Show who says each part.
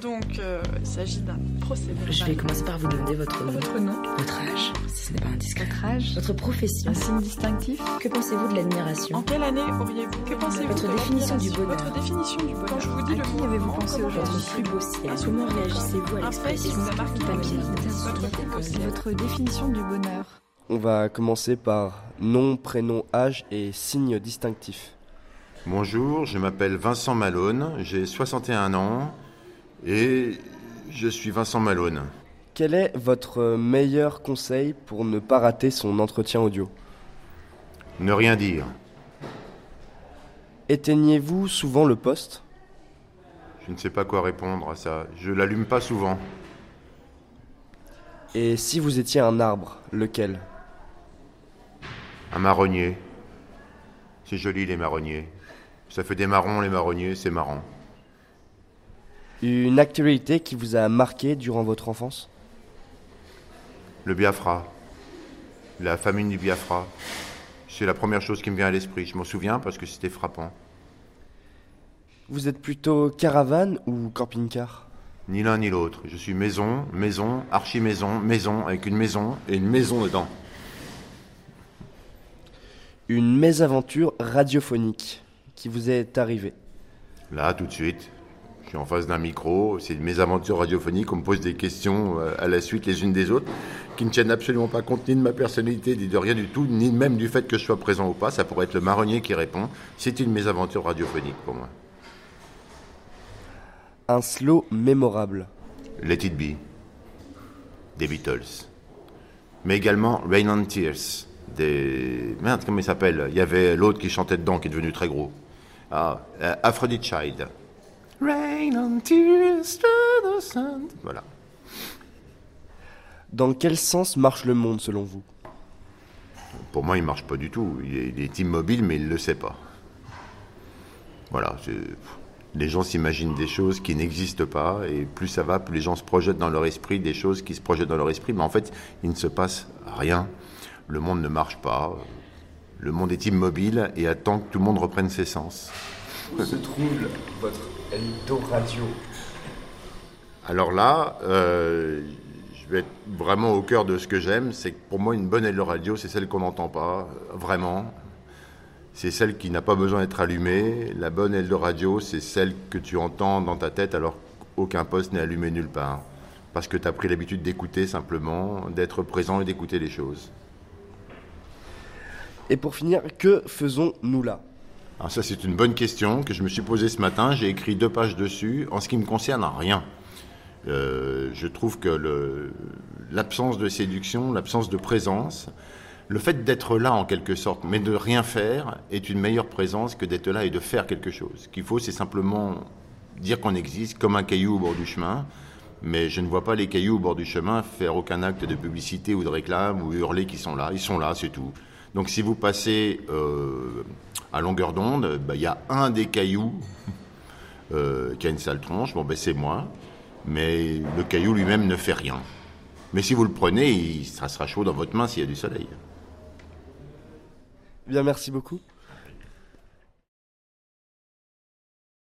Speaker 1: Donc, euh, il s'agit d'un procédé.
Speaker 2: Je vais
Speaker 1: verbal.
Speaker 2: commencer par vous demander votre nom,
Speaker 1: Votre nom,
Speaker 2: votre âge, si ce n'est pas indiscret, Ah,
Speaker 3: Votre âge
Speaker 2: votre profession.
Speaker 3: Un signe distinctif
Speaker 2: Que pensez-vous de
Speaker 1: en
Speaker 2: l'admiration
Speaker 1: quelle année auriez-vous Que pensez-vous
Speaker 2: Votre
Speaker 1: de
Speaker 2: définition du
Speaker 1: l'admiration
Speaker 2: bonheur.
Speaker 1: Votre définition du bonheur. Quand je vous dis
Speaker 3: À
Speaker 1: le
Speaker 3: qui
Speaker 1: mot
Speaker 3: avez-vous
Speaker 1: comment
Speaker 3: pensé aujourd'hui
Speaker 2: Votre plus beau ciel. Comment
Speaker 1: Un fait
Speaker 2: réagissez-vous à
Speaker 1: qui
Speaker 2: l'expression
Speaker 1: vous a marqué
Speaker 2: tout
Speaker 1: dans votre
Speaker 2: papier
Speaker 1: vie.
Speaker 2: Votre
Speaker 1: Votre plus beau ciel.
Speaker 3: Votre définition du bonheur
Speaker 4: On va commencer par nom, prénom, âge et signe distinctif.
Speaker 5: Bonjour, je m'appelle Vincent Malone, j'ai 61 ans et je suis Vincent Malone.
Speaker 4: Quel est votre meilleur conseil pour ne pas rater son entretien audio
Speaker 5: Ne rien dire.
Speaker 4: Éteignez-vous souvent le poste
Speaker 5: Je ne sais pas quoi répondre à ça. Je l'allume pas souvent.
Speaker 4: Et si vous étiez un arbre, lequel
Speaker 5: Un marronnier. C'est joli les marronniers. Ça fait des marrons les marronniers, c'est marrant.
Speaker 4: Une actualité qui vous a marqué durant votre enfance
Speaker 5: Le Biafra. La famine du Biafra. C'est la première chose qui me vient à l'esprit. Je m'en souviens parce que c'était frappant.
Speaker 4: Vous êtes plutôt caravane ou camping-car
Speaker 5: Ni l'un ni l'autre. Je suis maison, maison, archi-maison, maison, avec une maison et une maison dedans.
Speaker 4: Une mésaventure radiophonique qui vous est arrivée.
Speaker 5: Là, tout de suite, je suis en face d'un micro, c'est mes aventures radiophoniques, on me pose des questions euh, à la suite les unes des autres, qui ne tiennent absolument pas compte ni de ma personnalité, ni de rien du tout, ni même du fait que je sois présent ou pas, ça pourrait être le marronnier qui répond, c'est une mésaventure radiophonique pour moi.
Speaker 4: Un slow mémorable.
Speaker 5: Let It Be, des Beatles, mais également Rain on Tears, des... Merde, comment il s'appelle Il y avait l'autre qui chantait dedans, qui est devenu très gros. Ah, euh, Aphrodite Child. Rain on Tears, through the sun. Voilà.
Speaker 4: Dans quel sens marche le monde selon vous
Speaker 5: Pour moi, il marche pas du tout. Il est, il est immobile, mais il le sait pas. Voilà. c'est- pff, Les gens s'imaginent des choses qui n'existent pas, et plus ça va, plus les gens se projettent dans leur esprit des choses qui se projettent dans leur esprit, mais en fait, il ne se passe rien. Le monde ne marche pas. Le monde est immobile et attend que tout le monde reprenne ses sens.
Speaker 4: Où se trouve votre Eldoradio
Speaker 5: Alors là, euh, je vais être vraiment au cœur de ce que j'aime, c'est que pour moi, une bonne Hello Radio, c'est celle qu'on n'entend pas, euh, vraiment. C'est celle qui n'a pas besoin d'être allumée. La bonne Hello Radio, c'est celle que tu entends dans ta tête alors qu'aucun poste n'est allumé nulle part. Parce que tu as pris l'habitude d'écouter simplement, d'être présent et d'écouter les choses.
Speaker 4: Et pour finir, que faisons-nous là
Speaker 5: Alors ça, c'est une bonne question que je me suis posée ce matin. J'ai écrit deux pages dessus. En ce qui me concerne, rien. Euh, je trouve que le- l'absence de séduction, l'absence de présence, le fait d'être là en quelque sorte, mais de rien faire, est une meilleure présence que d'être là et de faire quelque chose. Ce qu'il faut, c'est simplement dire qu'on existe comme un caillou au bord du chemin. Mais je ne vois pas les cailloux au bord du chemin faire aucun acte de publicité ou de réclame ou hurler qu'ils sont là. Ils sont là, c'est tout. Donc si vous passez euh, à longueur d'onde, bah, il y a un des cailloux euh, qui a une sale tronche, bon ben c'est moi. Mais le caillou lui-même ne fait rien. Mais si vous le prenez, il, ça sera chaud dans votre main s'il y a du soleil.
Speaker 4: Eh Bien, merci beaucoup.